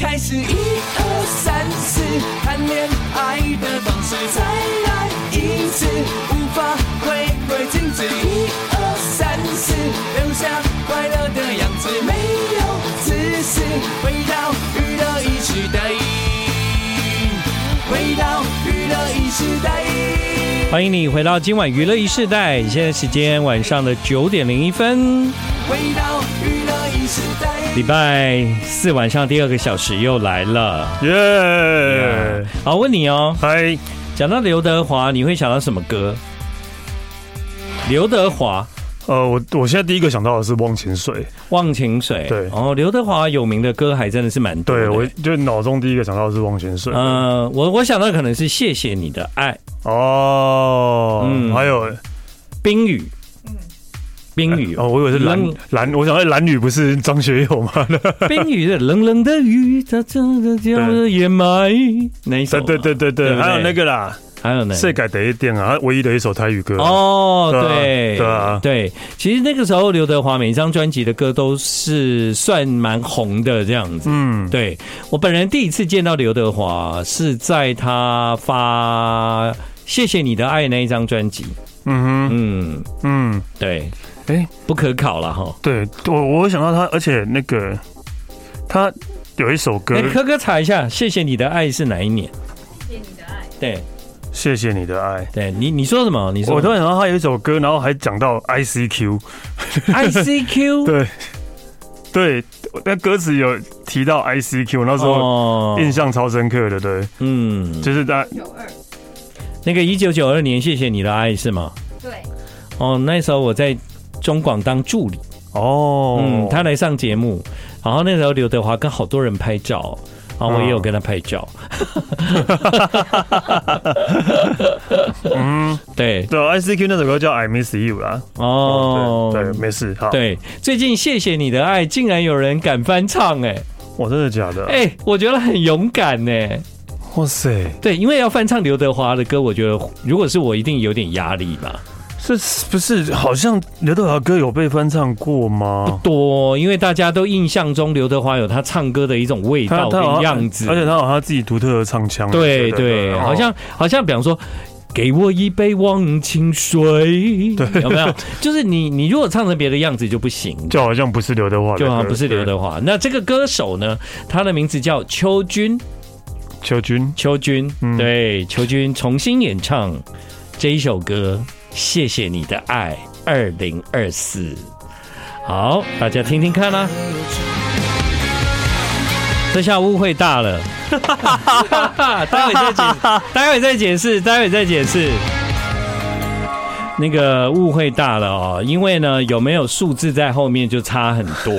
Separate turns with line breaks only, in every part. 开始，一二三四，谈恋爱的方式，再来一次，无法回归静止，一二三四，留下快乐的样子，没有自私，回到娱乐一时代，回到娱乐一时代。
欢迎你回到今晚娱乐一世代，现在时间晚上的九点零一分，
回到娱乐一时代。
礼拜四晚上第二个小时又来了。
耶！
好，问你哦，
嗨，
讲到刘德华，你会想到什么歌？刘德华
呃，我我现在第一个想到的是《忘情水》，
《忘情水》
对
哦，刘德华有名的歌还真的是蛮多的。
对我就脑中第一个想到的是《忘情水》。
呃，我我想到可能是《谢谢你的爱》
哦，
嗯
还有
冰雨，冰雨
哦，我以为是蓝
冷
蓝，我想到蓝女不是张学友吗？
冰雨的冷冷的雨，它真的叫了掩埋那一首
对
嘛，
对对
对
对对，
不
还有那个啦，
还有呢，
《世改第一店》啊，他唯一的一首台语歌。
哦，
对啊
对
对啊
对其实那个时候刘德华每一张专辑的歌都是算蛮红的这样子。
嗯，
对我本人第一次见到刘德华是在他发《谢谢你的爱》那一张专辑。
嗯
嗯，
哼，嗯，
对，
哎，
不可考了哈。
对我我想到他，而且那个他有一首歌
哎，，科科查一下，《谢谢你的爱》是哪一年？谢谢你的爱。
谢谢你的爱。
对对，你你说什么？你说
我突然想到他有一首歌，然后还讲到 I C Q，
I C Q
对对，那歌词有提到 I C Q，那时候
哦
印象超深刻的，对，
嗯，
就是他
那个一九九二年，谢谢你的爱是吗？
对，
哦，那时候我在中广当助理，
哦，
嗯，他来上节目，然后那时候刘德华跟好多人拍照，然后我也有跟他拍照，
嗯，
对，
对 I C Q 那首歌叫 I Miss You 啦，
哦，
对，对没事，好，
对最近谢谢你的爱，竟然有人敢翻唱、哎，
哇，真的假的？
哎，我觉得很勇敢呢、哎
哇塞，
对，因为要翻唱刘德华的歌，我觉得如果是我，一定有点压力吧，
这是不是好像刘德华歌有被翻唱过
不
吗？
多，因为大家都印象中刘德华有他唱歌的一种味道
有
跟
他
样子，
而且他有他自己独特的唱腔，
对对，
哦
好像好像，比方说。给我一杯忘情水，有没有？就是你，你如果唱成别的样子就不行，
就好像不是刘德华的歌，
就好像不是刘德华。那这个歌手呢，他的名字叫邱军，
对邱君，
邱军，
嗯
对，邱军重新演唱这一首歌《谢谢你的爱》，二零二四。好，大家听听看啦、这下误会大 了，待会再解，待会再解释，待会再解释。那个误会大了哦，因为呢有没有数字在后面就差很 多。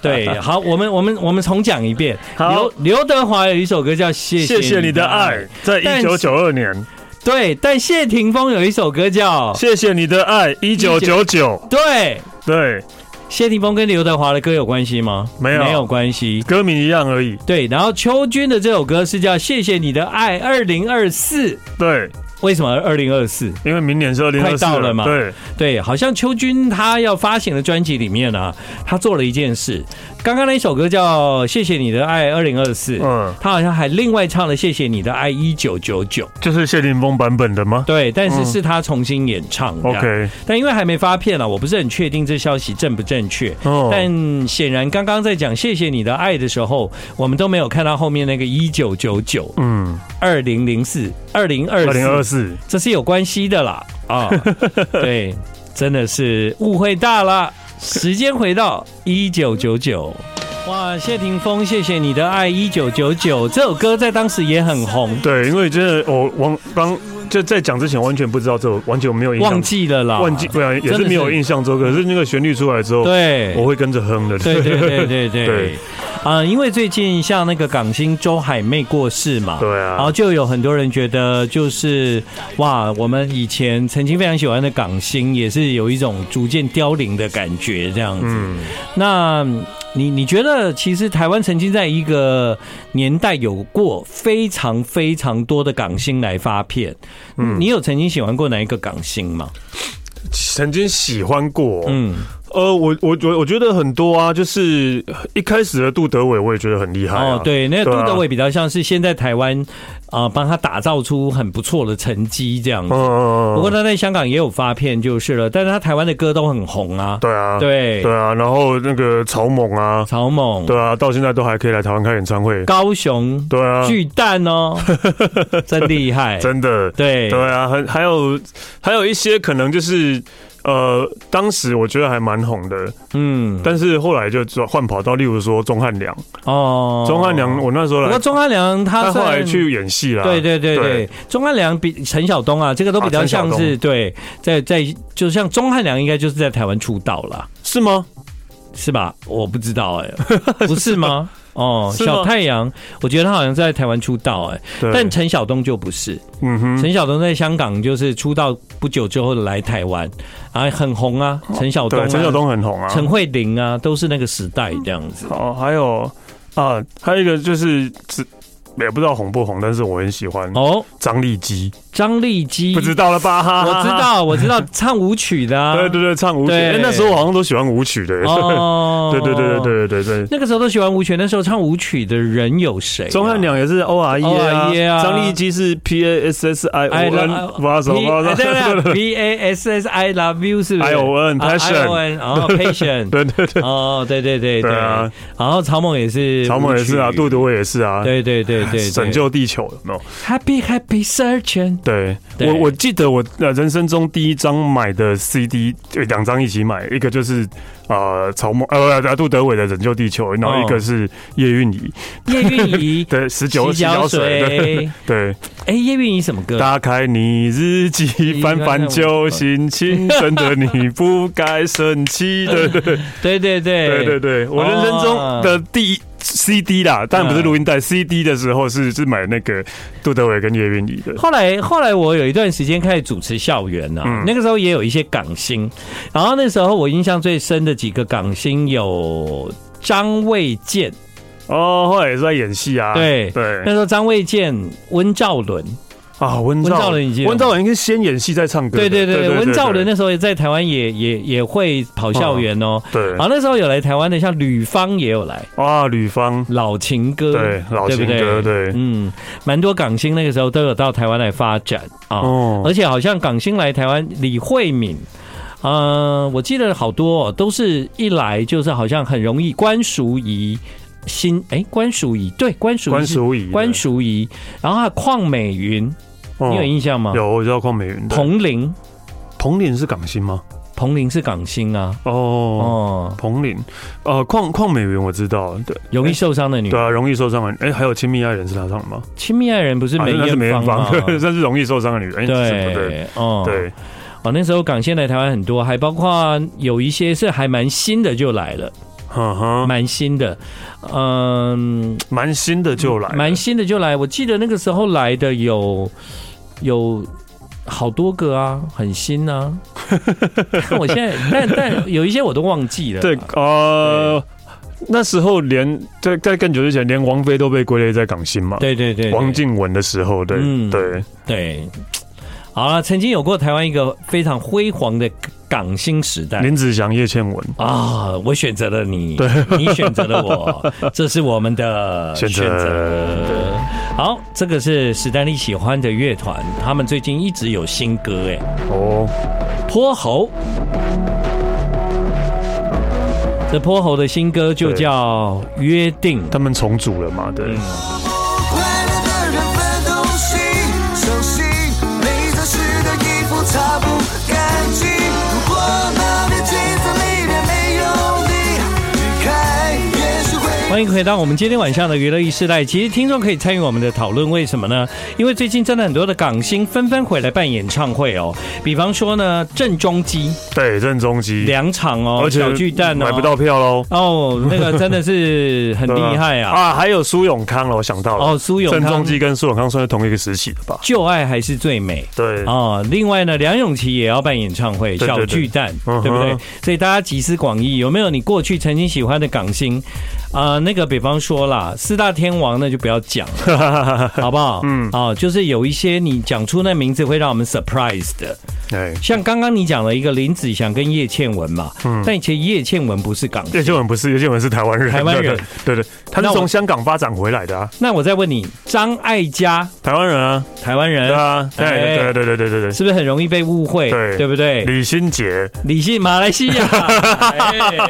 对，好，我们我们我们重讲一遍。
好
刘刘德华有一首歌叫《谢
谢谢你的爱，在
但是
一九九二年，
对，但谢霆锋有一首歌叫
谢谢你的爱，一九九九，
对。
对，
谢霆锋跟刘德华的歌有关系吗？
没有
没有关系。
歌名一样而已，
对，然后邱军的这首歌是叫《谢谢你的爱》，二零二四。
对，
为什么二零二四？
因为明年是二零
快
二四
到了嘛
对，
对，好像邱军他要发行的专辑里面啊，他做了一件事。刚刚那一首歌叫《谢谢你的爱》，二零二四。
嗯，
他好像还另外唱了《谢谢你的爱》一九九九，
就是谢霆锋版本的吗
对，但是是他重新演唱的。
嗯？OK，
但因为还没发片了，我不是很确定这消息正不正确。
哦
但显然刚刚在讲“谢谢你的爱”的时候，我们都没有看到后面那个一九九九、
嗯，
二零零四、二零二
二零二
四，
四，
这是有关系的啦啊！ 对，真的是误会大了。时间回到一九九九，哇，谢霆锋，谢谢你的爱，一九九九这首歌在当时也很红，
对，因为真的我忘刚就在讲之前完全不知道这首，完全没有印象，
忘记了啦，
忘记，不然也
真
是
的
没有
是
印象这首歌，可是那个旋律出来之后，
对，
我会跟着哼的，
对对对 对对
对，
啊、因为最近像那个港星周海媚过世嘛，
对
然后
啊，
就有很多人觉得，就是哇，我们以前曾经非常喜欢的港星，也是有一种逐渐凋零的感觉，这样子。
嗯，
那你你觉得，其实台湾曾经在一个年代有过非常非常多的港星来发片，
嗯
你有曾经喜欢过哪一个港星吗？
曾经喜欢过，
嗯，
呃，我我我我觉得很多啊，就是一开始的杜德伟，我也觉得很厉害、啊。
哦，对，那个
对啊
杜德伟比较像是现在台湾啊，帮、他打造出很不错的成绩这样子。
嗯，嗯嗯，
不过他在香港也有发片就是了，但是他台湾的歌都很红啊，
对啊，
对
对啊，然后那个草蜢啊，
草蜢、
对啊，到现在都还可以来台湾开演唱会。
高雄、
对啊，
巨蛋 哦，真厉害，
真的，
对
对啊，很还有还有一些可能就是。呃，当时我觉得还蛮红的，
嗯，
但是后来就转换跑到，例如说钟汉良，
哦，
钟汉良，，我那时候
不
来
过，钟汉良他
他后来
算
去演戏啦，
对对对对，钟汉良比陈晓东啊，这个都比较像
啊陈
是、
晓
对，在在就像钟汉良应该就是在台湾出道了，
是吗？
是吧？我不知 道哎、不是吗？哦，
是吗
小太阳，我觉得他好像是在台湾出道哎、
对，
但陈晓东就不是。
嗯哼，
陈晓东在香港就是出道不久之后来台湾，啊，很红啊，陈晓东、啊，
哦对，陈晓、东很红啊，
陈慧琳啊，都是那个时代这样子。
哦，还有啊，还有一个就是只也不知道红不红，但是我很喜欢
哦，
张立基，
张立基，
嗯不知道了吧？哈哈
我
哈
知， 道，我知道唱舞曲的、啊，
对对对，唱舞曲，
对
哎那时候我好像都喜欢舞曲的，
哦 哎
对对对对对对对。
那个时候都喜欢舞曲，那时候唱舞曲的人有谁、啊？
钟汉良也是 O R E
ORE 啊
啊，张立基是 P A S S I O
I
N，
love-
不知道什么，
P-
哎不
哎
知
对
道
对对，B A S S I love you 是不是
I O N
啊 I O
passion，
N 哦 patient
对对 对，
哦对对对
对啊
然后曹猛也是
曹猛也是啊，
舞曲
杜德伟也是啊，
对对对对对
拯救地球有没有？
Happy Happy Surgeon
对
对
我我记得我呃人生中第一张买的 CD，呃两张一起买，一个就是呃曹蜢呃不杜德伟的《拯救地球》，然
哦
后一个是叶蕴仪
叶蕴 仪
的《十九洗
脚
脚水》对。
水，
对，
哎叶蕴仪什么歌？
打开你日记，翻翻旧心情，真的你不该生气。对对对
对对对
对对对，我人生中的第一 CD 啦，当然不是录音带，CD 的时候是是买那个杜德伟跟叶蕴仪的。
后来，后来我有一段时间开始主持校园啊，
嗯
那个时候也有一些港星，然后那时候我印象最深的几个港星有张卫健，
哦，后来也是在演戏啊。
对
对
那，时候张卫健、温兆伦，
啊，温
温兆
兆
伦已经有
温兆伦应该先演戏再唱歌的。
对对对，温兆伦那时候也在台湾也也也会跑校园哦。
嗯对
然后那时候有来台湾的，像吕方也有来，
啊，吕方
老情歌，
对老情
对不
歌对
嗯，蛮多港星那个时候都有到台湾来发展啊。
哦
而且好像港星来台湾，李慧敏，呃，我记得好多、哦、都是一来就是好像很容易关淑怡新哎关淑怡对关淑
关
怡是
淑怡
关淑怡，然后还有邝美云，
哦
你有印象吗？
有我知道邝美云的
彭玲，
彭羚是港星吗？
彭玲是港星啊。
哦。
哦，
彭羚，呃，邝邝美云我知道，对
容易受伤的女
对，啊，容易受伤的，哎、还有《亲密爱人》是他唱的吗？
亲密爱人不是梅
啊那是梅
艳
艳
芳
芳
吗？，
那是容易受伤的女人，哎 是不是
对，哦，
对
哦，那时候港星来台湾很多，还包括有一些是还蛮新的就来了，
嗯哼，
蛮新的，嗯，
蛮新的就来了，
蛮新的就来。我记得那个时候来的有有好多个啊，很新 啊。但我现在，但但有一些我都忘记了。
对，呃，那时候连在在更久之前，连王菲都被归类在港星嘛，
对对对，对
王静雯的时候，对、
嗯
对，
对。好了，曾经有过台湾一个非常辉煌的港星时代
林子祥、叶倩文，
啊！我选择了 你，你选择了我，这是我们的
选择
好，这个是史丹利喜欢的乐团，他们最近一直有新歌哎。
哦，
泼猴。这泼猴的新歌就叫《约定》。
他们重组了嘛，
嗯
对，
快乐的人分东西，相信每张湿的衣服擦不干净。如果那面镜子里面没有你，离开也许会。
欢迎回到我们今天晚上的娱乐一世代。其实听众可以参与我们的讨论，为什么呢？因为最近真的很多的港星纷纷回来办演唱会哦，比方说呢，郑中基
对，郑中基，
两场哦，小巨蛋哦，
买不到票喽，
哦，那个真的是很厉害
对
啊！
啊！还有苏永康了，我想到了，
哦，苏永
郑
康
中，基跟苏永康算是同一个时期的吧？
旧爱还是最美。
对，
哦，另外呢，梁咏琪也要办演唱会，
对对
小巨蛋，
嗯哼
对不对？所以大家集思广益，有没有你过去曾经喜欢的港星？啊、那个比方说啦，四大天王那就不要讲了， 好不好？嗯，哦，就是有一些你讲出那名字会让我们 surprise 的，
哎，
像刚刚你讲了一个林子祥跟叶倩文嘛，
嗯
但以前叶倩文不是港
叶
星。
倩文不是叶倩文是台湾人，
台湾人
对，对对对，他是
那我
从香港发展回来的啊，
那我再问你，张艾嘉，
台湾人啊，
台湾
对
人，
啊，对
哎
对对对对对
是不是很容易被误会？
对
对不对
对，？李心洁，
李信马来西 亚，哎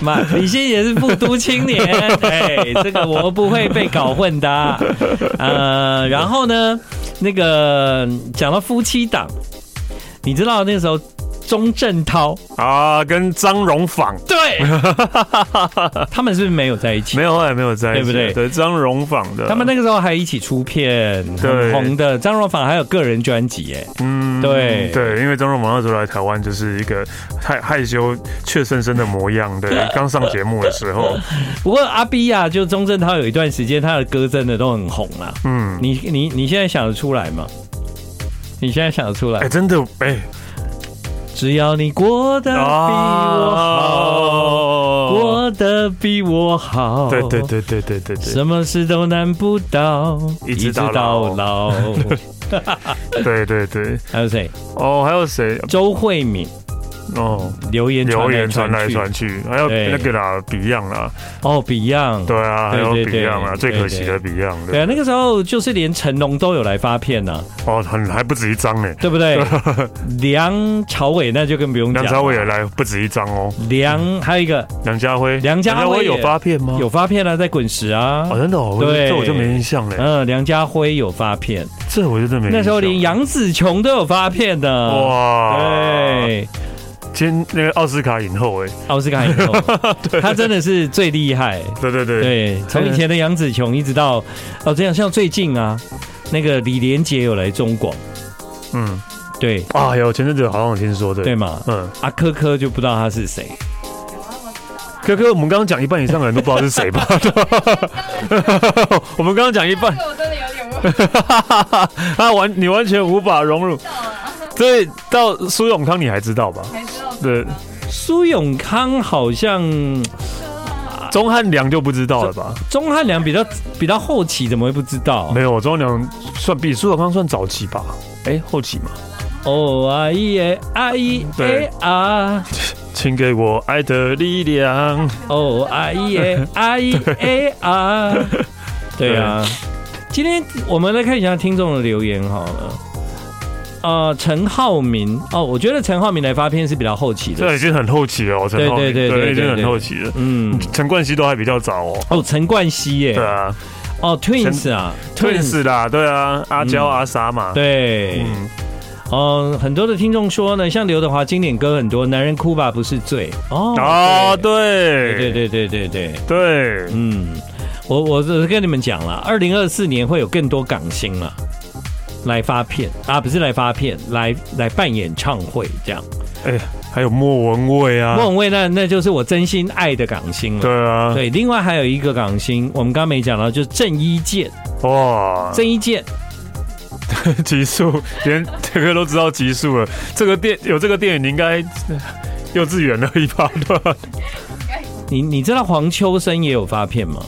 马、李信也是复都青 年，哎，这个我不会被搞混的啊、呃，然后呢，那个讲到夫妻档，你知道那时候钟镇涛
啊，跟张荣访
对， 他们是不是没有在一起？
没有哎后来没有在一起，
对
啊
不对
对，张荣访的，
他们那个时候还一起出片，很
对
红的。张若凡还有个人专辑，哎，
嗯
对
对，因为张荣访那时候来台湾就是一个害害羞怯生生的模 样，对，刚上节目的时候，
不过阿 B 呀、就钟镇涛有一段时间他的歌真的都很红啊啦、
嗯，
你你你现在想得出来吗？你现在想得出来？
哎，真的哎，
只要你过得比
啊
我好，
哦，
过得比我好，
对对，对对对对对
什么事都难不倒，
一直到老
老。
对对对，
还有谁？
哦，还有谁？
周慧敏
哦，
留言
留言
传
传来
去
传去，还有
对
那个啦，Beyond 啦，
哦，Beyond。
对啊，还
对
有
对对
Beyond 啊，
对
最
对
可惜的 Beyond
对啊，
的，
那个时候就是连成龙都有来发片呐、啊
哦，很还不止一张呢，
对不 对？梁朝伟那就更不用讲
梁
了。
朝伟也来不止一张哦，
梁还有一个
梁家辉，
梁家辉也
有发片吗？
有发片啊，在滚石啊。
哦哦，真的哦，我
对
这我就没印象嘞，
嗯，梁家辉有发片，
这我就真的没印象。
那时候连杨紫琼都有发片的。
哇，，
对，
今那个奥斯卡影后哎，
奥斯卡影 后，他真的是最厉害。
对对对，
对，从以前的杨紫琼一直到哦，这样像最近啊，那个李连杰有来中广，
嗯，
对
啊，有前阵子好像有听说对
对，嘛，
嗯，
啊科科就不知道他是谁，
哥哥，我们刚刚讲一半以上的人都不知道是谁吧？ 我们刚刚讲一半
这个我真的有点问
啊，完你完全无法融入。
到了，
对，到苏永康你还知道吧？
才知道。
对，
苏永康好像
钟汉良就不知道了吧？
钟汉良比较比较后期，怎么会不知道
没？有，钟汉良算比苏永康算早 期吧？哎，后期嘛。
哦，阿姨耶，阿姨耶
对
啊，
请给我爱的力量。
哦，阿姨耶，阿姨耶啊，对啊。今天我们来看一下听众的留言好了。呃，陈浩民哦，我觉得陈浩民来发片是比较后期
这
的。
已经很后期了哦，陈浩
对
民，
对对对
已经
对
很
对
后期了。
嗯，
陈冠希都还比较早哦。
哦，陈冠希耶
对，啊
哦，Twins 啊
，Twins 啦，对啊，阿娇、
嗯
阿莎嘛。，
对，
嗯，
嗯，很多的听众说呢，像刘德华经典歌很多，男人哭吧不是罪哦
哦，
对对对
对
对对对，
对，
嗯，我我是跟你们讲了，二零二四年会有更多港星了来发片啊，不是来发片，来来办演唱会这样。
哎，还有莫文蔚啊，
莫文蔚那那就是我真心爱的港星了。
对啊，
对，另外还有一个港星，我们刚刚没讲到，就是郑伊健。
哇，
郑伊健，
集数连这个都知道集数了，这个电有这个电影，你应该幼稚园了一把 吧？
你你知道黄秋生也有发片吗？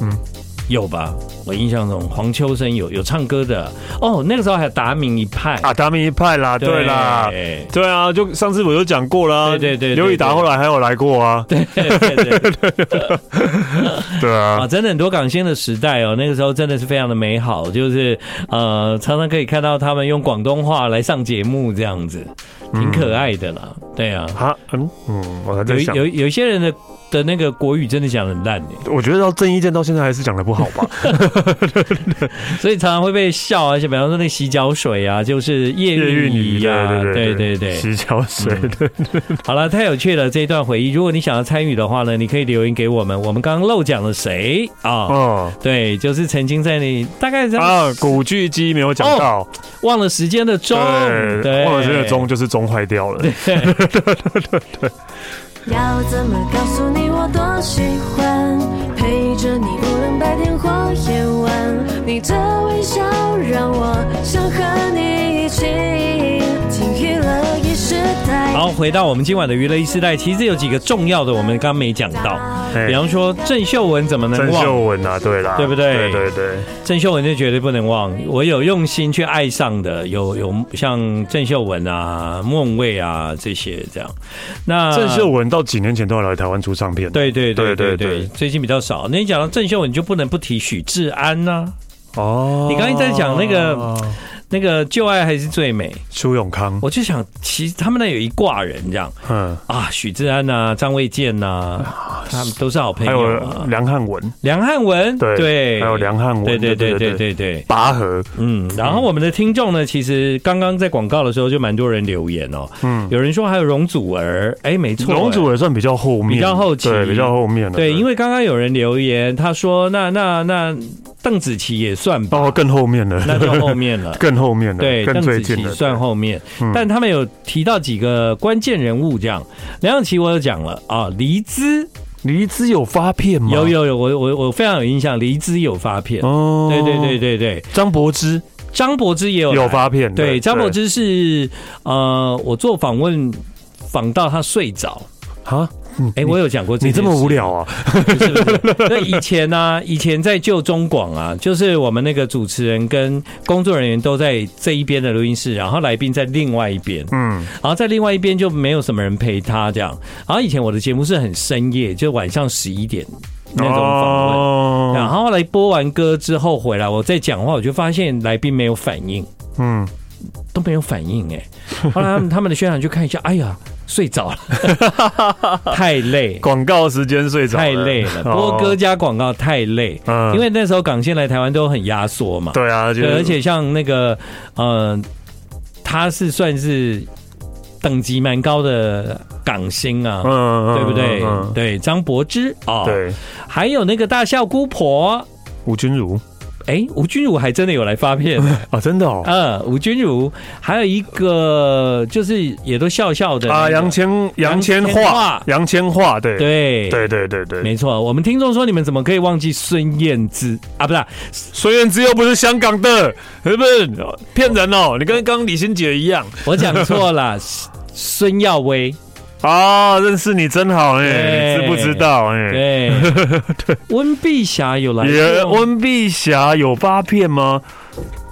嗯，
有吧？我印象中黄秋生有有唱歌的哦，那个时候还有达明一派。
啊，达明一派啦，对啦。对啊，就上次我就讲过啦，
对对对对
刘以达
对
后来还有来过啊，
对对对对
对啊
啊，，真的很多港星的时代哦，那个时候真的是非常的美好，就是呃，常常可以看到他们用广东话来上节目，这样子
嗯
挺可爱的啦。对啊，
啊，嗯嗯，我还
有
在
一
想，
有一有一些人的的那个国语真的讲得很烂耶，
我觉得到郑伊健到现在还是讲的不好 吧？
所以常常会被笑啊，就比方说那洗脚水啊，就是叶
叶
蕴
蕴仪
仪啊，对对对。
洗脚水对，
好了，太有趣了这一段回忆。如果你想要参与的话呢，你可以留言给我们。我们刚刚漏讲了谁啊？
哦
对，就是曾经在你大概在
啊，古巨基没有讲到，
哦忘了时间的钟，
对，忘了这个钟就是钟坏掉了，
要怎么告诉你我多喜欢陪着你，无论白天或夜晚，你的微笑让我想和你一起，经历了一世代。
好，后回到我们今晚的娱乐一时代，其实有几个重要的我们刚刚没讲到，
哎
比方说郑秀文怎么能
郑秀
忘？
文啊，对啦，
对不对
对对对，
郑秀文就绝对不能忘。我有用心去爱上的，有有像郑秀文啊、莫文蔚啊这些这样。那
郑秀文到几年前都要来台湾出唱片，
嗯对对对对
对对
对，
对
最近比较少。那你讲到郑秀文，你就不能不提许志安呐、
哦
你刚才在讲那个那个旧爱还是最美，
苏永康，
我就想，其实他们那有一挂人这样
嗯，
啊，许志安呐、张卫健呐、他们都是好朋
啊还
友
有
啊。
梁汉文、
梁汉文，
对还有梁汉文
对对对
对
对对
对
对，
拔河，
嗯。然后我们的听众呢，其实刚刚在广告的时候就蛮多人留言哦，
嗯，
有人说还有容祖儿，哎，没错，
龙
哎
祖也算比较后面，
比较后期
对，比较后面的，
对，因为刚刚有人留言，他说那那那邓紫棋也算 吧，
哦更后面了，。
那就后面了
更后面的，
对，
更
邓
最
紫
近
棋
的，
算后面，
嗯
但他们有提到几个关键人物，这样梁咏琪我有讲了啊，黎姿
黎姿有发片吗？
有，有有，我我我非常有印象，黎姿有发片，
哦，
对对对，对对，
张柏芝
张柏芝也有
有
来
发片，
对，张柏芝是呃，我做访问访到他睡着，
啊，嗯
哎、
你
我有讲过这
你这么
件事
无 聊啊？
不是不是，那以前呢、啊以前在旧中广啊，就是我们那个主持人跟工作人员都在这一边的录音室，然后来宾在另外一边，
嗯，
然后在另外一边就没有什么人陪他这样。然后以前我的节目是很深夜，就晚上十一点那种访问。然
哦，
后后来播完歌之后回来，我在讲话，我就发现来宾没有反应，
嗯，
都没有反应 哎、后来他们他们的宣传就看一下，哎呀，睡着了， 太累，
广告时间睡着，
太累了，播歌，加广告太累。
哦嗯
因为那时候港线来台湾都很压缩嘛，
对啊，就
对，
是
而且像那个，呃，他是算是等级蛮高的港星啊，
嗯
对不对？
嗯嗯
对，张柏芝哦，，
对，
还有那个大笑姑婆，
吴君如
哎，吴君如还真的有来发片，
啊，真的哦，
嗯，吴君如，还有一个就是也都笑笑的那个
啊，杨千杨千
杨千嬅
嬅，杨千嬅，对
对。
对对对对，
没错，我们听众说你们怎么可以忘记孙燕姿啊？不是啊，
孙燕姿又不是香港的，是不是骗人哦？你跟刚刚李心姐一样
我讲错 了，孙耀威。
啊！认识你真好哎，
对
你知不知道哎？
对， 温碧霞有来
也
过，
温碧霞有八片吗？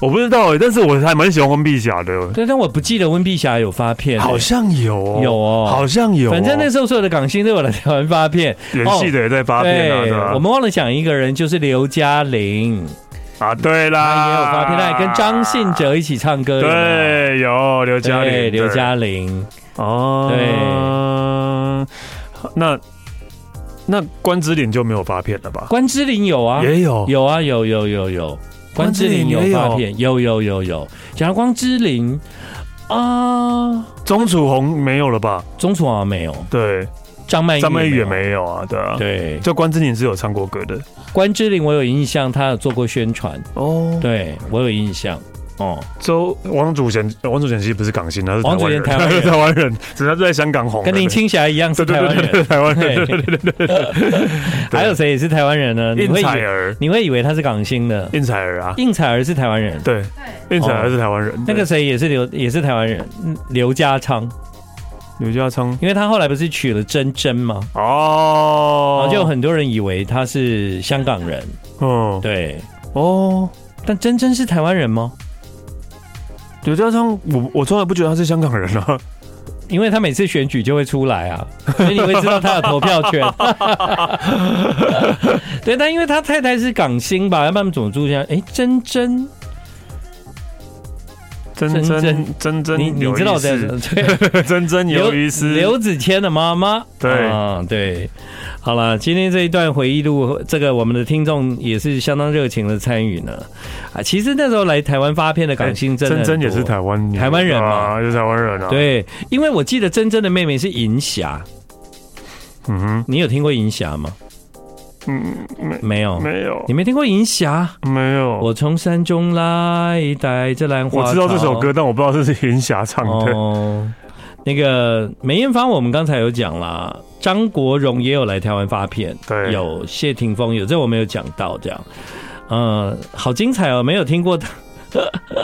我不知道哎，但是我还蛮喜欢温碧霞的，
对，但我不记得温碧霞有发片、
好像有哦
有哦
好像有哦，
反正那时候所有的港星都有来台湾发片，
演戏的也在八片啊，
对
对吧？
我们忘了讲一个人，就是刘嘉玲，
啊，对啦，
她也有发片，她还跟张信哲一起唱歌，有没有。
对，有刘嘉玲，
对
对
哎刘嘉玲，
哦，对，那那关之琳就没有发片了吧？
关之琳有啊，
也有，
有啊，有有有有，关之琳有发片，有有有有。讲到关之琳啊，
钟楚红没有了吧？
钟楚华没有，
对，
张曼玉
张曼玉也
有。
没有啊，对啊，
对，
就关之琳是有唱过歌的
关之琳我有印象，她有做过宣传，
哦。
对我有印象。哦，
周王祖贤，王祖贤其实不是港星，他是台
王祖
湾
贤
人，
台湾人
台湾人，只是他就在香港红的。
跟林青霞一样是
哦对
台
对
湾
对
人。对
对对，台湾人，对对对对
还有谁也是台湾人呢？你
应
会以
采啊
为
儿，
你会以为他是港星的，
应采儿啊，
应采儿是台湾人，
对，哦应采儿是台湾人。
那个谁也是刘也是台湾人，嗯刘家昌，
刘家昌
因为他后来不是娶了珍珍吗？然
哦
后，就有很多人以为他是香港人，
嗯
对，
哦，
但珍珍是台湾人吗？
刘家昌，我我从来不觉得他是香港人 啊。
因为他每次选举就会出来啊，所以你会知道他有投票 权。对，但因为他太太是港星吧，要不然怎么住下？哎，珍珍，
真
真
真真真，
你你知道我在对
真真
刘
鱿鱼丝，
刘子谦的妈妈，
对
啊，对。好了，今天这一段回忆录，这个我们的听众也是相当热情的参与呢。啊，其实那时候来台湾发片的港星真的很
真真哎也是
多
台湾
台湾人嘛
啊，就是台湾人啊。，
对，因为我记得真真的妹妹是银霞，
嗯哼，
你有听过银霞吗？
嗯，没
没有，
没有
你没听过银霞？
没有，
哦我从山中来，带着兰花
我
草。
知道这首歌，但我不知道这是云霞唱的。
哦。那个梅艳芳，我们刚才有讲啦，张国荣也有来台湾发片，
对
有谢霆锋有，这我没有讲到，这样，呃，好精彩哦，没有听过他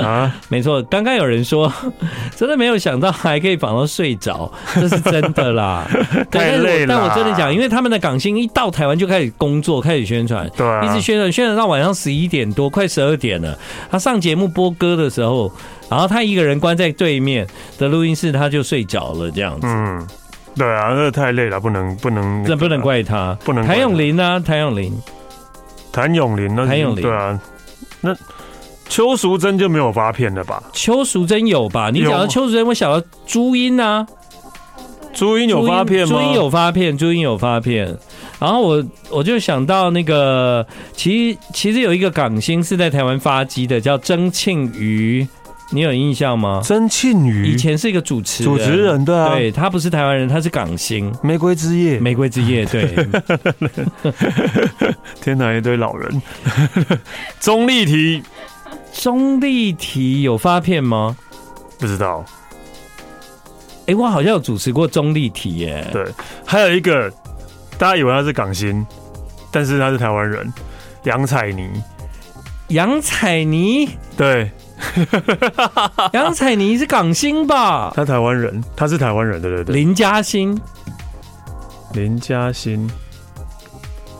啊，
没错，刚刚有人说， 真的没有想到还可以绑到睡着，这是真的 啦。对
太累了
但我但我真的讲，因为他们的港星一到台湾就开始工作，开始宣传，
对啊
一直宣传，宣传到晚上十一点多，快十二点了。他上节目播歌的时候，然后他一个人关在对面的录音室，他就睡着了，这样子。
嗯，对啊，那太累了，不能不能，
这不能怪他，
不能怪
谭
他
咏麟啊，谭咏麟，
谭咏麟，那
谭咏麟
对啊，那邱淑贞就没有发片了吧？
邱淑贞有吧？你
有
讲到邱淑贞，我想到朱茵啊，
朱茵有发片吗？
朱茵有发片，朱茵有发片。然后我我就想到那个，其实其实有一个港星是在台湾发迹的，叫曾庆瑜，你有印象吗？
曾庆
以
瑜，
前是一个主持人
主持人对啊，
对他不是台湾人，他是港星。
玫瑰之夜，
玫瑰之夜，对，
天哪，一堆老人。 钟丽缇
钟丽缇有发片吗？
不知道，
哎、我好像有主持过钟丽缇耶，
对，还有一个大家以为他是港星，但是他是台湾人，杨采妮。
杨采妮，
对
杨采妮是港星吧？
他台湾人，他是台湾人，对对对。
林嘉欣，
林嘉欣，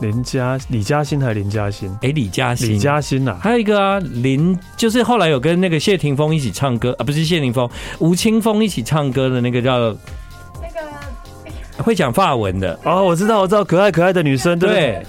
林嘉李嘉欣还是林嘉欣？
哎、李嘉欣，
李嘉欣啊，
还有一个啊，林就是后来有跟那个谢霆锋一起唱歌啊，不是谢霆锋，吴青峰一起唱歌的那个叫
那个哎
会讲法文的，
哦，我知道，我知道，可爱可爱的女生，对
对，
啊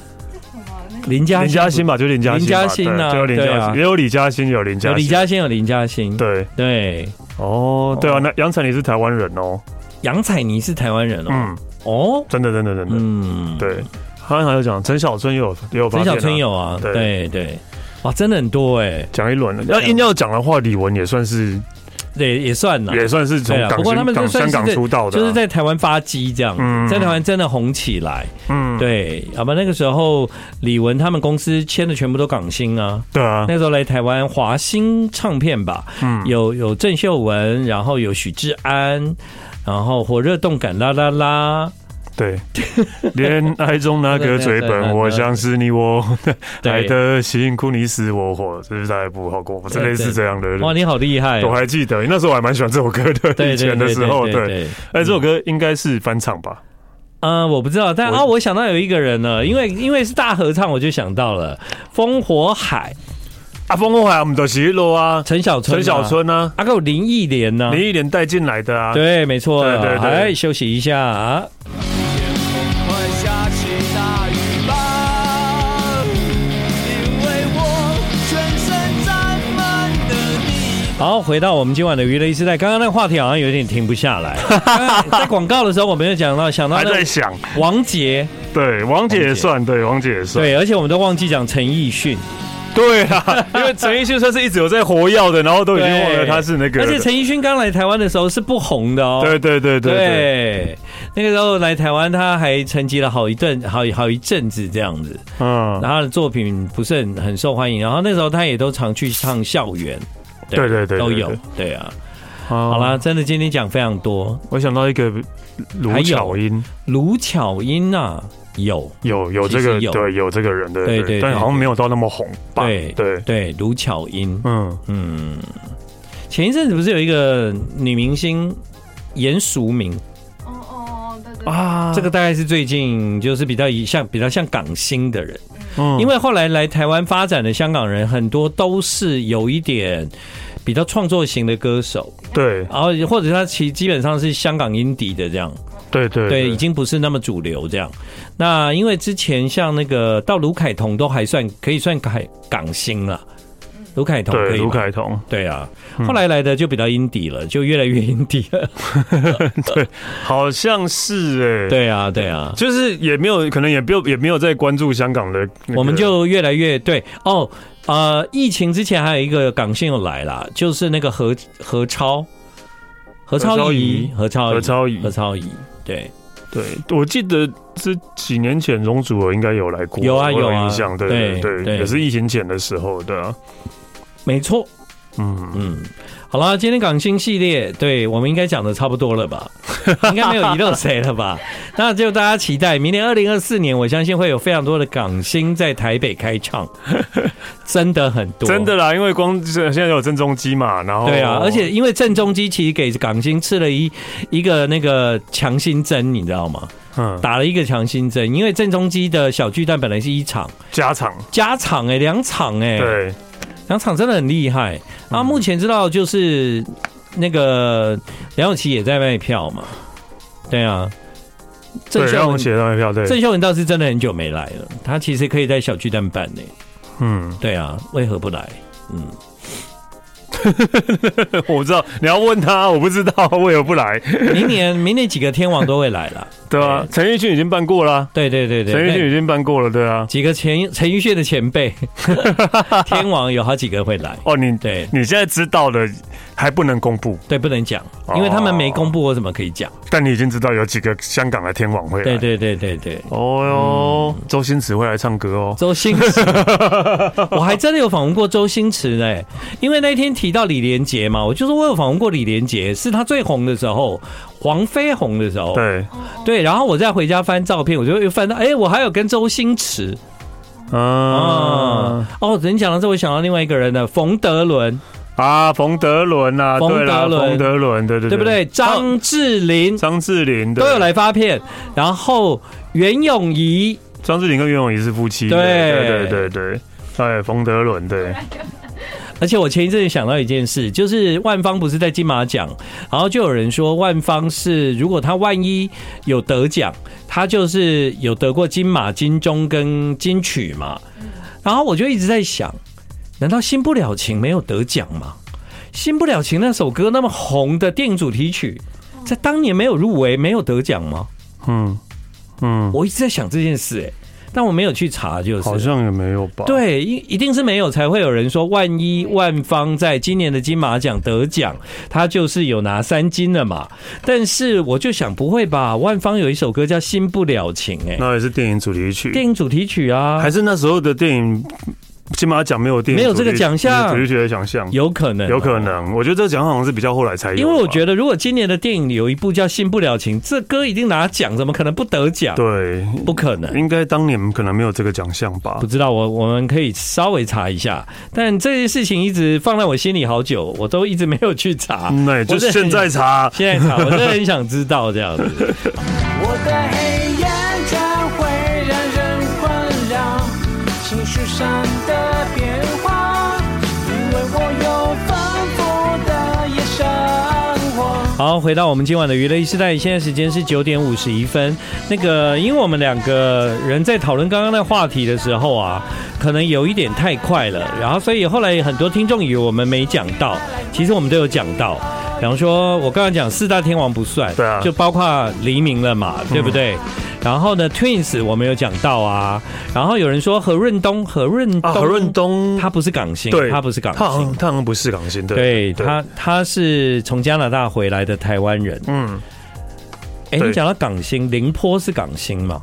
林
不
嘉
对，林嘉欣
吧，
吧，就林嘉欣吧，
林嘉欣啊
对就有林
对
嘉
啊
欣，也有李嘉欣，有林嘉
有
欣，
李嘉欣，有林嘉欣，
对，
对，
哦，对啊，那杨采妮是台湾人哦，
杨采妮是台湾人哦，
嗯，
哦，
真的，真的，真的，
嗯，，
对，好像还有讲陈小春也有也有发
陈
片啊
小春有啊，
对
对对，哇，真的很多哎，
讲一轮了，要硬要讲的话，李玟也算是
对，也算啦，
也算是从
对啊，
港
不过他
星
们就
港
算
香
是
港
在
出道的啊，
就是在台湾发迹这样，
嗯
在台湾真的红起来，
嗯
对，好吧，那个时候李玟他们公司签的全部都港星啊，
对啊，
那时候来台湾华星唱片吧，
嗯
有有郑秀文，然后有许志安，然后火热动感啦啦啦，
对，恋爱中那个
对对
最
对
笨，
对
我想是你我爱
对，
的辛苦你死我活，这是再不好过，这类似这样的。
哇，你好厉害
我
哦！
还记得那时候我还蛮喜欢这首歌的，
对对
以前的时候，
对嗯
对。
对，
哎，这首歌应该是翻唱吧？
嗯，我不知道，但
我
啊，我想到有一个人呢，因为因为是大合唱，我就想到了烽火海
啊，风红海我们的喜乐啊，
陈小春啊，
陈小春啊，
啊，还有林忆莲呢，
林忆莲带进来的啊。
对，没错，
对对对
哎，休息一下啊，
快下起大雨吧，因为我全身沾满了你。
好，回到我们今晚的娱乐一时代，刚刚那个话题好像有点停不下 来。刚刚在广告的时候，我们有讲到想到
还
啊那
在
个
想，
王杰，
对，王姐
王
也
姐
算，对，王姐也算，
对，而且我们都忘记讲陈奕迅，
对啊， 因为陈奕迅算是一直有在活跃的，然后都已经忘了
对
他是那个
而
了，
且陈奕迅刚来台湾的时候是不红的哦。
对对对对对，
对那个时候来台湾，他还沉寂了好一阵，好好一阵子这样子。
嗯，
然后他的作品不是很很受欢迎，然后那时候他也都常去唱校园，
对对对
都
对
有
对，
对啊。
好
好啦，，真的今天讲非常多，
啊我想到一个卢巧音，
卢巧音啊有。
有有
其
这
实
个
有
对有这个人对
对对
但
对
好像没有到那么红吧？
对
对，
对，卢巧音。
嗯，
嗯，前一阵子不是有一个女明星严淑明，
哦哦，对对
啊，
这个大概是最近就是比较以像比较像港星的人，
嗯
因
为
为后来来台湾发展的香港人很多都是有一点。比较创作型的歌手，
对
然后或者他其基本上是香港音底的这样，
对对
对，已经不是那么主流这样。那因为之前像那个到卢凯彤都还算可以算凯港星了，卢凯彤可
对
以
卢
吗
凯彤，
对啊，
嗯
后来来的就比较阴底了，就越来 越阴底了。
好像是哎，，
对啊，对啊，
就是也没有可能也没有也没有在关注香港的那个，
我们就越来越对哦。呃，疫情之前还有一个港星又来啦，就是那个何何超，何超仪，何超
何超仪
何，超仪，对，
对我记得是几年前容祖儿应该有来过，
有啊
我
有啊
印象，对
对
对
对
对，也是疫情前的时候，对啊，
没错。
嗯，
好啦，今天港星系列，对我们应该讲的差不多了 吧？应该没有遗漏谁了吧？那就大家期待明年二零二四年，我相信会有非常多的港星在台北开 唱，真的很多，
真的啦，因为光现在有郑中基嘛，然后
对啊，而且因为郑中基其实给港星吃了一一个那个强心针，你知道吗？
嗯
打了一个强心针，因为郑中基的小巨蛋本来是一场
加场，
加场哎、两场哎、
对，嗯
两场真的很厉害。那、目前知道就是那个梁咏琪也在卖票嘛，对啊，郑
对，让
秀
我
文
写到一票，对，
郑秀文倒是真的很久没来了，他其实可以在小巨蛋办呢、
嗯，
对啊，为何不来？
我不知道你要问他，我不知道为何不来，
明年明年几个天王都会来了，
对啊，陈奕迅已经办过啦，
对对 对对，
陈奕
那
迅已经办过了，对啊，
几个前陈奕迅的前 辈，天王有好几个会来。
哦，你
对
你现在知道的还不能公布，
对，不能讲，
哦
因为他们没公布，我怎么可以讲？
但你已经知道有几个香港的天王会来，
对嗯对对对对，
哦哟，周星驰会来唱歌哦，
周星 驰，我还真的有访问过周星驰呢、因为那天提到李连杰嘛，我就说我有访问过李连杰，是他最红的时候，黄飞鸿的时候，
对，
对然后我再回家翻照片，我就又翻到，哎、我还有跟周星驰
嗯
啊，哦，人讲到这，我想到另外一个人了，冯德伦，
啊，冯德伦啊，
冯
对啦，
德伦
冯德伦，对对
对不对？张智霖
张智霖
都有，来发片，然后袁咏仪，
对张智霖跟袁咏仪是夫妻，
对
对对对对，哎，冯德伦，对，
而且我前一阵子想到一件事，就是万芳不是在金马奖，然后就有人说万芳是如果他万一有得奖，他就是有得过金马、金钟跟金曲嘛。然后我就一直在想，难道《新不了情》没有得奖吗？《新不了情》那首歌那么红的电影主题曲，在当年没有入围、没有得奖吗？
嗯嗯，
我一直在想这件事、哎，但我没有去查，就是
好像也没有吧，，
对，一一定是没有，才会有人说，万一万方在今年的金马奖得奖，他就是有拿三金了嘛。但是我就想，不会吧？万方有一首歌叫《新不了情、哎，
那也是电影主题曲，
电影主题曲啊，
还是那时候的电影金马奖没有电影
没有
主题
这个奖项
主题曲的奖项，
有可能、 啊
有可。能，我觉得这个奖好像是比较后来才有吧，
因为我觉得，如果今年的电影里有一部叫《新不了情》，这歌一定拿奖，怎么可能不得奖？
对，
不可能。
应该当年可能没有这个奖项吧
不，知道，我我们可以稍微查一下，但这些事情一直放在我心里好久，我都一直没有去查。
嗯那哎也就
我是
现在查，
现在啊查，我真的很想知道这样子。
我的黑眼圈会让人困扰，情绪上的变化，因为我有丰富的夜生活。
好，回到我们今晚的娱乐一时代，现在时间是九点五十一分。那个，因为我们两个人在讨论刚刚那话题的时候啊，可能有一点太快了，然后所以后来很多听众以为我们没讲到，其实我们都有讲到。比方说，我刚刚讲四大天王不算，
对啊嗯
就包括黎明了嘛，对不对？然后呢，Twins 我们有讲到啊，然后有人说何润东，何润东，
啊，何润东
他不是港星，
对
他不是港
他好
星
像，他好像不是港星，
对
对
他，他是从加拿大回来的台湾人。
嗯，
哎、
对
你讲到港星，凌波是港星嘛？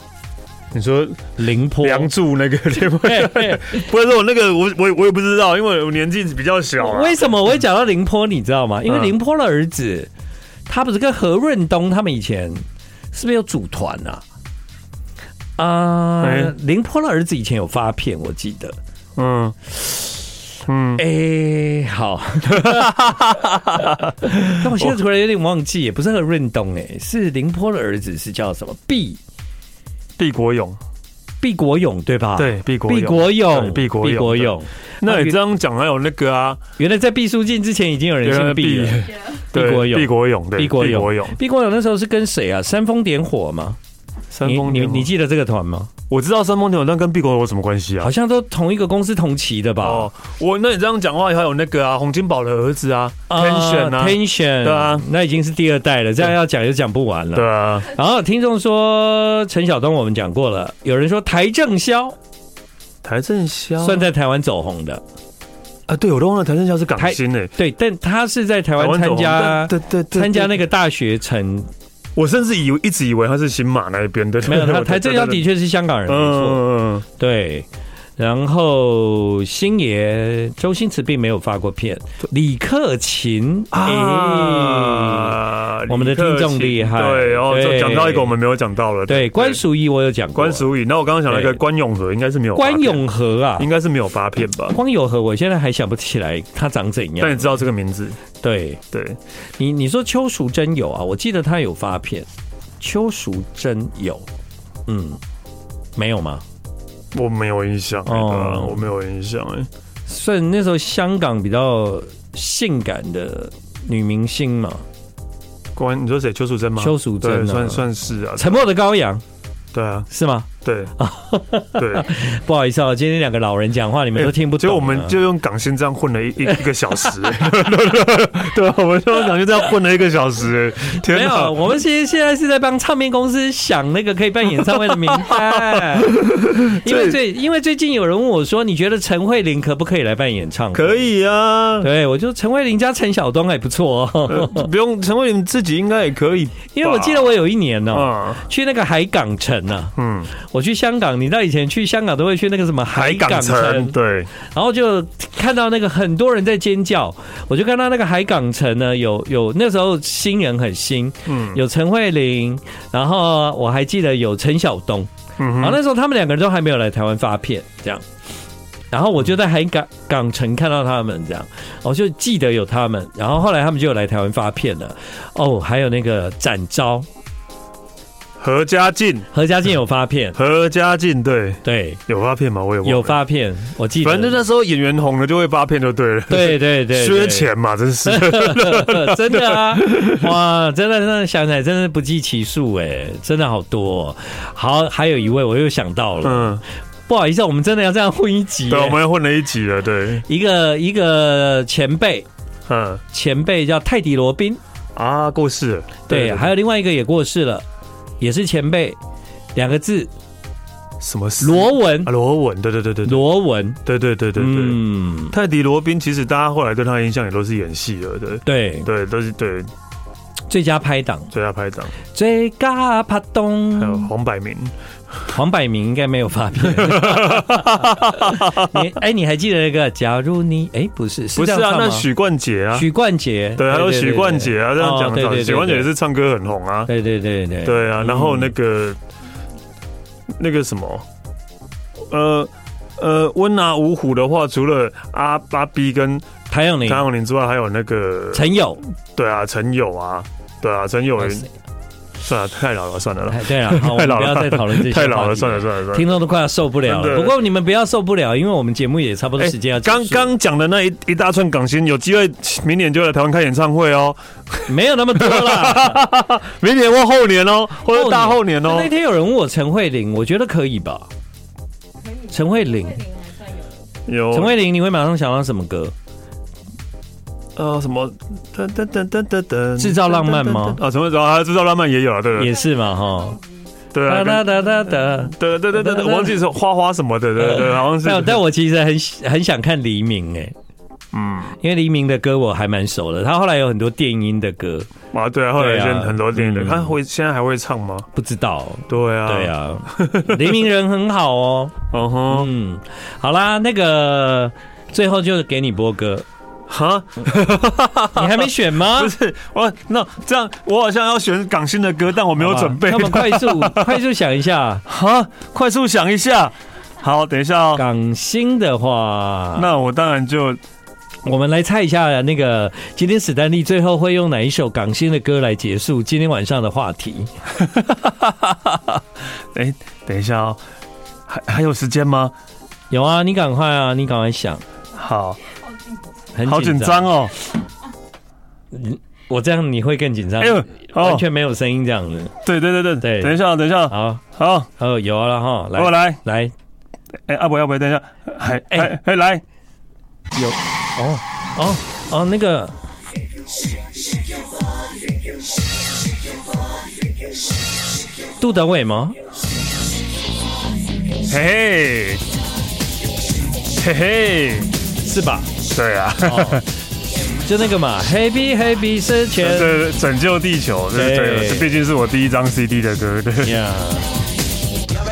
你说
凌波，
梁祝那个对不
嘿
对？
嘿
不是我那个我我我也不知道，因为我年纪比较小啊。
为什么我会讲到凌波？你知道吗？因为
嗯
凌波的儿子，他不是跟何润东他们以前是不是有组团啊？啊、
哎
凌波的儿子以前有发片，我记得。
嗯嗯，
哎、 好，但我现在突然有点忘记，也不是何润东、哎，是凌波的儿子是叫什么？毕
毕国勇，
毕国勇对吧？，
对，毕国
啊毕国勇，
对毕国勇
毕国勇。
那你这样讲还有那个啊，
原来在毕书尽之前已经有人姓毕 了。
对
毕国勇
毕国勇，对，
毕国勇
国勇，
毕国勇那时候是跟谁啊？煽风点火吗？
三
你
峰
你
牛
你记得这个团吗？
我知道三峰牛，但跟毕国勇有什么关系啊
好？像都同一个公司同期的吧？
哦，我那你这样讲话，还有那个啊，洪金宝的儿子啊
啊
，Tension 啊，
，Tension，
对啊，
那已经是第二代了，这样要讲就讲不完了。
对啊，
然后听众说陈晓东我们讲过了，有人说邰正宵
邰正宵
算在台湾走红的，
啊，对，我都忘了邰正宵是港
台
星诶，
对，但他是在台
台
湾
湾
参
走红
加
对对对，
参加
对
那个大学城，
我甚至以为一直 以为他是新马那一边的，
没有他
台
邰正宵的确是香港人，没错。
嗯，
对，然后星爷周星驰并没有发过片，李克勤哎
嗯啊，
我们的听众厉害
对，哦，
对
就讲到一个我们没有讲到了，
对关淑怡我有讲过，
关淑怡，那我刚刚想到一个
对
关永和，应该是没有发片
关永和啊
应，该是没有发片吧？
关永和我现在还想不起来他长怎
但
样
你。知道这个名字，
对
对，
你你说邱淑贞有啊，我记得她有发片，邱淑贞有，嗯，没有吗？
我没有印象，哎
哦
对啊我没有印象，哎，
算那时候香港比较性感的女明星嘛，
关，你说谁？邱淑贞吗？
邱淑贞啊
对，算算是 啊，
沉默的羔羊
对啊，
是吗？
对对，
不好意思啊，今天两个老人讲话你 们都听不
结
懂啊、
果我们就用港星这样混了一一一个小时， 哎 对，我们就用港星这样混了一个小时，哎
没
天哪
有，！我们其实现在是在帮唱片公司想那个可以办演唱会的名单， 因为最因为最近有人问我说，你觉得陈慧琳可不可以来办演唱会？
可。以啊，
对，我就陈慧琳加陈晓东还不错
呃
哦，
不用陈慧琳自己应该也可以吧，
因为我记得我有一年哦、
啊，
去那个海港城啊，
嗯，
我去香港，你知道以前去香港都会去那个什么
海港
城，
城，对，
然后就看到那个很多人在尖叫，我就看到那个海港城呢，有有那时候新人很新，
嗯
有陈慧琳，然后我还记得有陈晓东，
嗯
然后
哼，
那时候他们两个人都还没有来台湾发片，这样。然后我就在海港港城看到他们这样，我就记得有他们。然后后来他们就有来台湾发片了。哦，还有那个展昭，
何家劲，
何家劲有发片，
何家劲，对，
对，
有发片吗？我也忘了
有，发片，我记得。
反正那时候演员红了就会发片就对了，
对对对，对
缺钱嘛，真 是，
真的 啊，哇，真的，真的想起来，真的不计其数哎，真的好多、哦。好，还有一位我又想到了，
嗯，
不好意思，我们真的要这样混一集耶
对，我们混了一集了，对，
一个一个前辈，
嗯，
前辈叫泰迪罗宾，
啊，过世了，
对，还有另外一个也过世了，也是前辈，两个字，
什么事
罗嗯文
啊，罗文，对对对对对
罗文，
对对对对对。
嗯，
泰迪罗宾其实大家后来对他的印象也都是演戏了，对
对，
对，都是对
最佳拍档，
最佳拍档，
最佳拍
还有
档，
黄百鸣，
黄百鸣应该没有发 片。你哎，你还记得那个？假如你哎，不是，
不是
这样
啊，
唱
那
吗
许冠杰啊，
许冠杰，
对，还有许冠杰啊，这样
哦对对
讲，
对
许冠杰也
对
是唱歌很红啊，
对对对对
对啊，然后
嗯
那个那个什么，呃呃，温拿五虎的话，除了阿阿 B 跟
谭咏麟、
谭咏麟之外，还有那个
陈友，
对啊，陈友啊，对啊，陈友算了，太老了，算了啦，
哎对啊，好，我
太
们
老
不要
了，
再讨论这些，
太老了，算了，算了，算了。
听众都快要受不了
真
了。
的哎
不过你们不要受不了，因为我们节目也差不多时间要结束
刚刚讲的那一一大串港星，有机会明年就来台湾开演唱会哦，
没有那么多 啦。
明年或后年哦，或者大后年哦
那。天有人问我陈慧琳，我觉得可以吧？
可以
陈慧琳
慧琳还算有，
有
陈慧琳，你会马上想到什么歌？
呃什么噔噔噔噔噔噔
制造浪漫吗
啊，陈慧琳啊，制造浪漫也有啊，对
也
对
是嘛，哈。
对
哒
啊，
哒
跟
哒哒哒。呃
对对对对对，我忘记是花花什么的，对对对，好像是。
但但我其实很喜很想看黎明哎、
嗯
因为黎明的歌我还蛮熟的，他后来有很多电音的歌，
啊，对啊，后来
对啊
现在很多电影的，
嗯
他会现在还会唱吗？
不知道。
对啊，
对，啊，黎明人很好哦。
嗯哼，
嗯，好啦，那个最后就给你播 歌，
哈，
你还没选吗
不？是我那这样，我好像要选港星的歌，但我没有
好吧
准备
那。我 们快速快速想一下，
哈，快速想一下。好，等一下哦。
港星的话，
那我当然就
我们来猜一下那个今天史丹利最后会用哪一首港星的歌来结束今天晚上的话题？
等一下哦，还还有时间吗？
有啊，你赶快啊，你赶快想，
好，
好紧张
很
好紧张哦。
我这样你会更紧张，
哎呦，
完
哦，
全没有声音这样子。
对对对对
对
等一下哦，等一下哦，
好，
好，
哦，有了哈，
我
来
来。
来，
哎，阿伯，要不要等一下？还
哎
哎哎，来，
哦哦哦，那个杜德伟吗？
嘿嘿嘿，
是吧？
对啊，
哦，就那个嘛，Happy Happy 生
对
前。
对对，拯救地球，对对
对
对，这毕竟是我第一张 CD 的歌，对，
呀，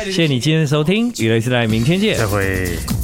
谢谢你今天的收听，娱乐时代，明天见。
这回。